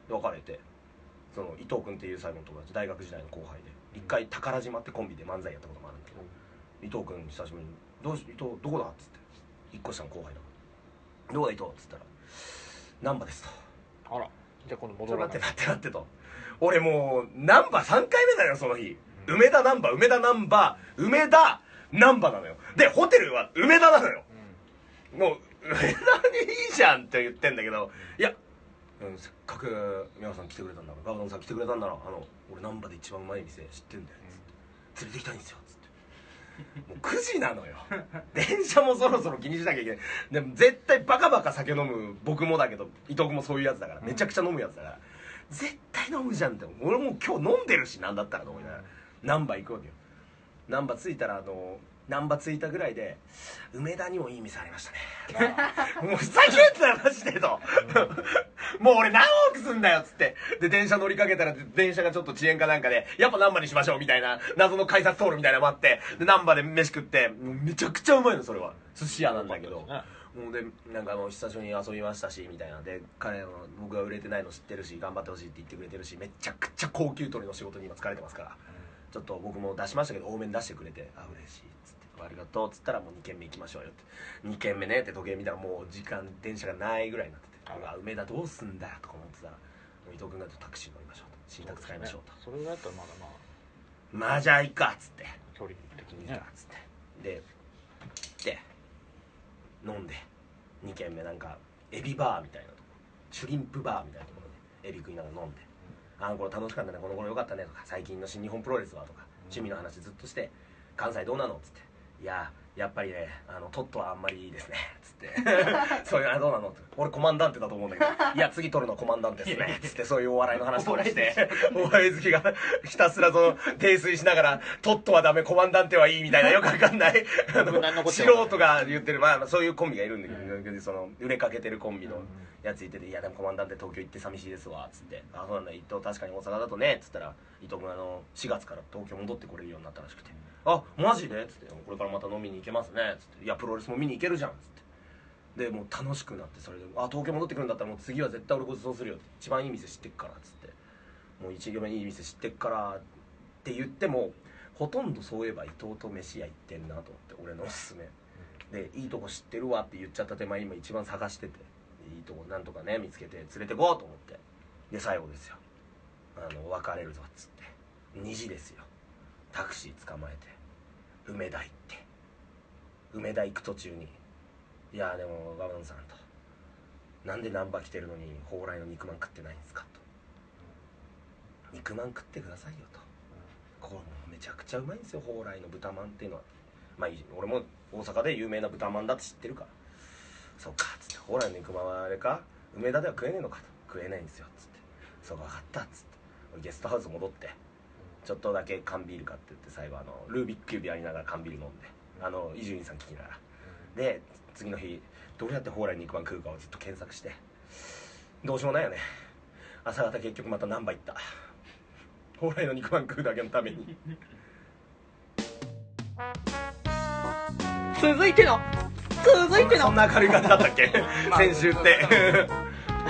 B: で別れてその伊藤君っていう最後の友達大学時代の後輩で一回宝島ってコンビで漫才やったこともあるんだけど、伊藤君久しぶりに「どうし伊藤どこだ?」っつって一個下の後輩だから「どこだ伊藤?」っつったら「難波です」と。
C: あらじゃあ今度
B: ちょ
C: 戻
B: っと
C: ら
B: 待
C: な
B: って
C: い
B: 待って待ってと俺もうナンバー3回目だよその日梅田ナンバー梅田ナンバー梅田ナンバーなのよでホテルは梅田なのよもう梅田でいいじゃんって言ってんだけどいや、うん、せっかく美和さん来てくれたんだからガブドンさん来てくれたんだらあの俺ナンバーで一番うまい店知ってんだよつって連れてきたいんですよつってもう9時なのよ電車もそろそろ気にしなきゃいけないでも絶対バカバカ酒飲む僕もだけど伊藤君もそういうやつだからめちゃくちゃ飲むやつだから、絶対飲むじゃんって俺もう今日飲んでるしなんだったらと思いながら難波行くわけよ難波着いたらあの難波着いたぐらいで梅田にもいい店ありましたね <laughs> もうふざけんなよマジでともう俺何億すんだよっつってで電車乗りかけたら電車がちょっと遅延かなんかでやっぱ難波にしましょうみたいな謎の改札通るみたいなのもあってで難波で飯食ってもうめちゃくちゃうまいのそれは寿司屋なんだけどもうでなんかあの久しぶりに遊びましたしみたいなで彼は僕が売れてないの知ってるし頑張ってほしいって言ってくれてるしめちゃくちゃ高級取りの仕事に今疲れてますからちょっと僕も出しましたけど多めに出してくれてあ嬉しいっつってありがとうっつったらもう2軒目行きましょうよって2軒目ねって時計見たらもう時間電車がないぐらいになっててうわ梅田どうすんだとか思ってたらもう伊藤君がタクシー乗りましょうと新宅使いましょうと
C: それだったらまだまあ
B: まあじゃあいいかっつって
C: 距離的に
B: いい
C: ね
B: かっつってで来て飲んで2軒目なんかエビバーみたいなとこシュリンプバーみたいなところでエビ食いながら飲んで「あの頃楽しかったねこの頃よかったね」とか「最近の新日本プロレスは」とか趣味の話ずっとして「関西どうなの?」っつって「いややっぱりねあのトットはあんまりいいですね」っつって <laughs> 「そういうあどうなの?」って「俺コマンダンテだと思うんだけどいや次取るのコマンダンテですね」っつってそういうお笑いの話とかしてお笑い好きが <laughs> ひたすらその泥酔しながら「トットはダメコマンダンテはいい」みたいなよくわかんないあの
C: <laughs> 僕何のこと
B: 素
C: やらない
B: 人が言ってる、まあ、まあそういうコンビがいるんだけど、その売れかけてるコンビのやついてて「いやでもコマンダンテ東京行って寂しいですわ」っつって「あそうなんだ伊藤確かに大阪だとね」っつったら伊藤君あの4月から東京戻ってこれるようになったらしくて「あマジで?」っつって「これからまた飲みに行けますね」っつって「いやプロレスも見に行けるじゃん」っつって。でもう楽しくなってそれで「あ東京戻ってくるんだったらもう次は絶対俺ご馳走するよ」って「一番いい店知ってっから」っつって「もう一行目いい店知ってっから」って言ってもほとんどそういえば伊藤と飯屋行ってんなと思って俺のおすすめで「いいとこ知ってるわ」って言っちゃった手前今一番探してていいとこなんとかね見つけて連れてこうと思ってで最後ですよあの別れるぞっつって2時ですよタクシー捕まえて梅田行って梅田行く途中に「いやでもガバンさん」と「なんで難波来てるのに蓬莱の肉まん食ってないんですか?」と「肉まん食ってくださいよ」と「これめちゃくちゃうまいんですよ蓬莱の豚まんっていうのは」まあいい俺も大阪で有名な豚まんだって知ってるから「そうか」っつって「蓬莱の肉まんはあれか梅田では食えねえのか」と「食えないんですよ」っつって「そうか分かった」っつって俺ゲストハウス戻ってちょっとだけ缶ビール買って言って最後あのルービックキューブやりながら缶ビール飲んであの伊集院さん聞きながらで次の日どうやって蓬莱肉まん食うかをずっと検索してどうしようもないよね朝方結局また難波行った蓬莱の肉まん食うだけのために
F: 続いての続いて
B: そ
F: の
B: んな明るい感じだった <laughs> っけ
D: まあ
B: 先週って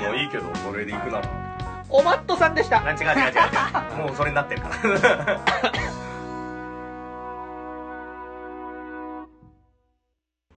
B: もう <laughs> いいけどそれで行くなら
F: おまっとさんでした
B: 違う違う違う違うもうそれになってるから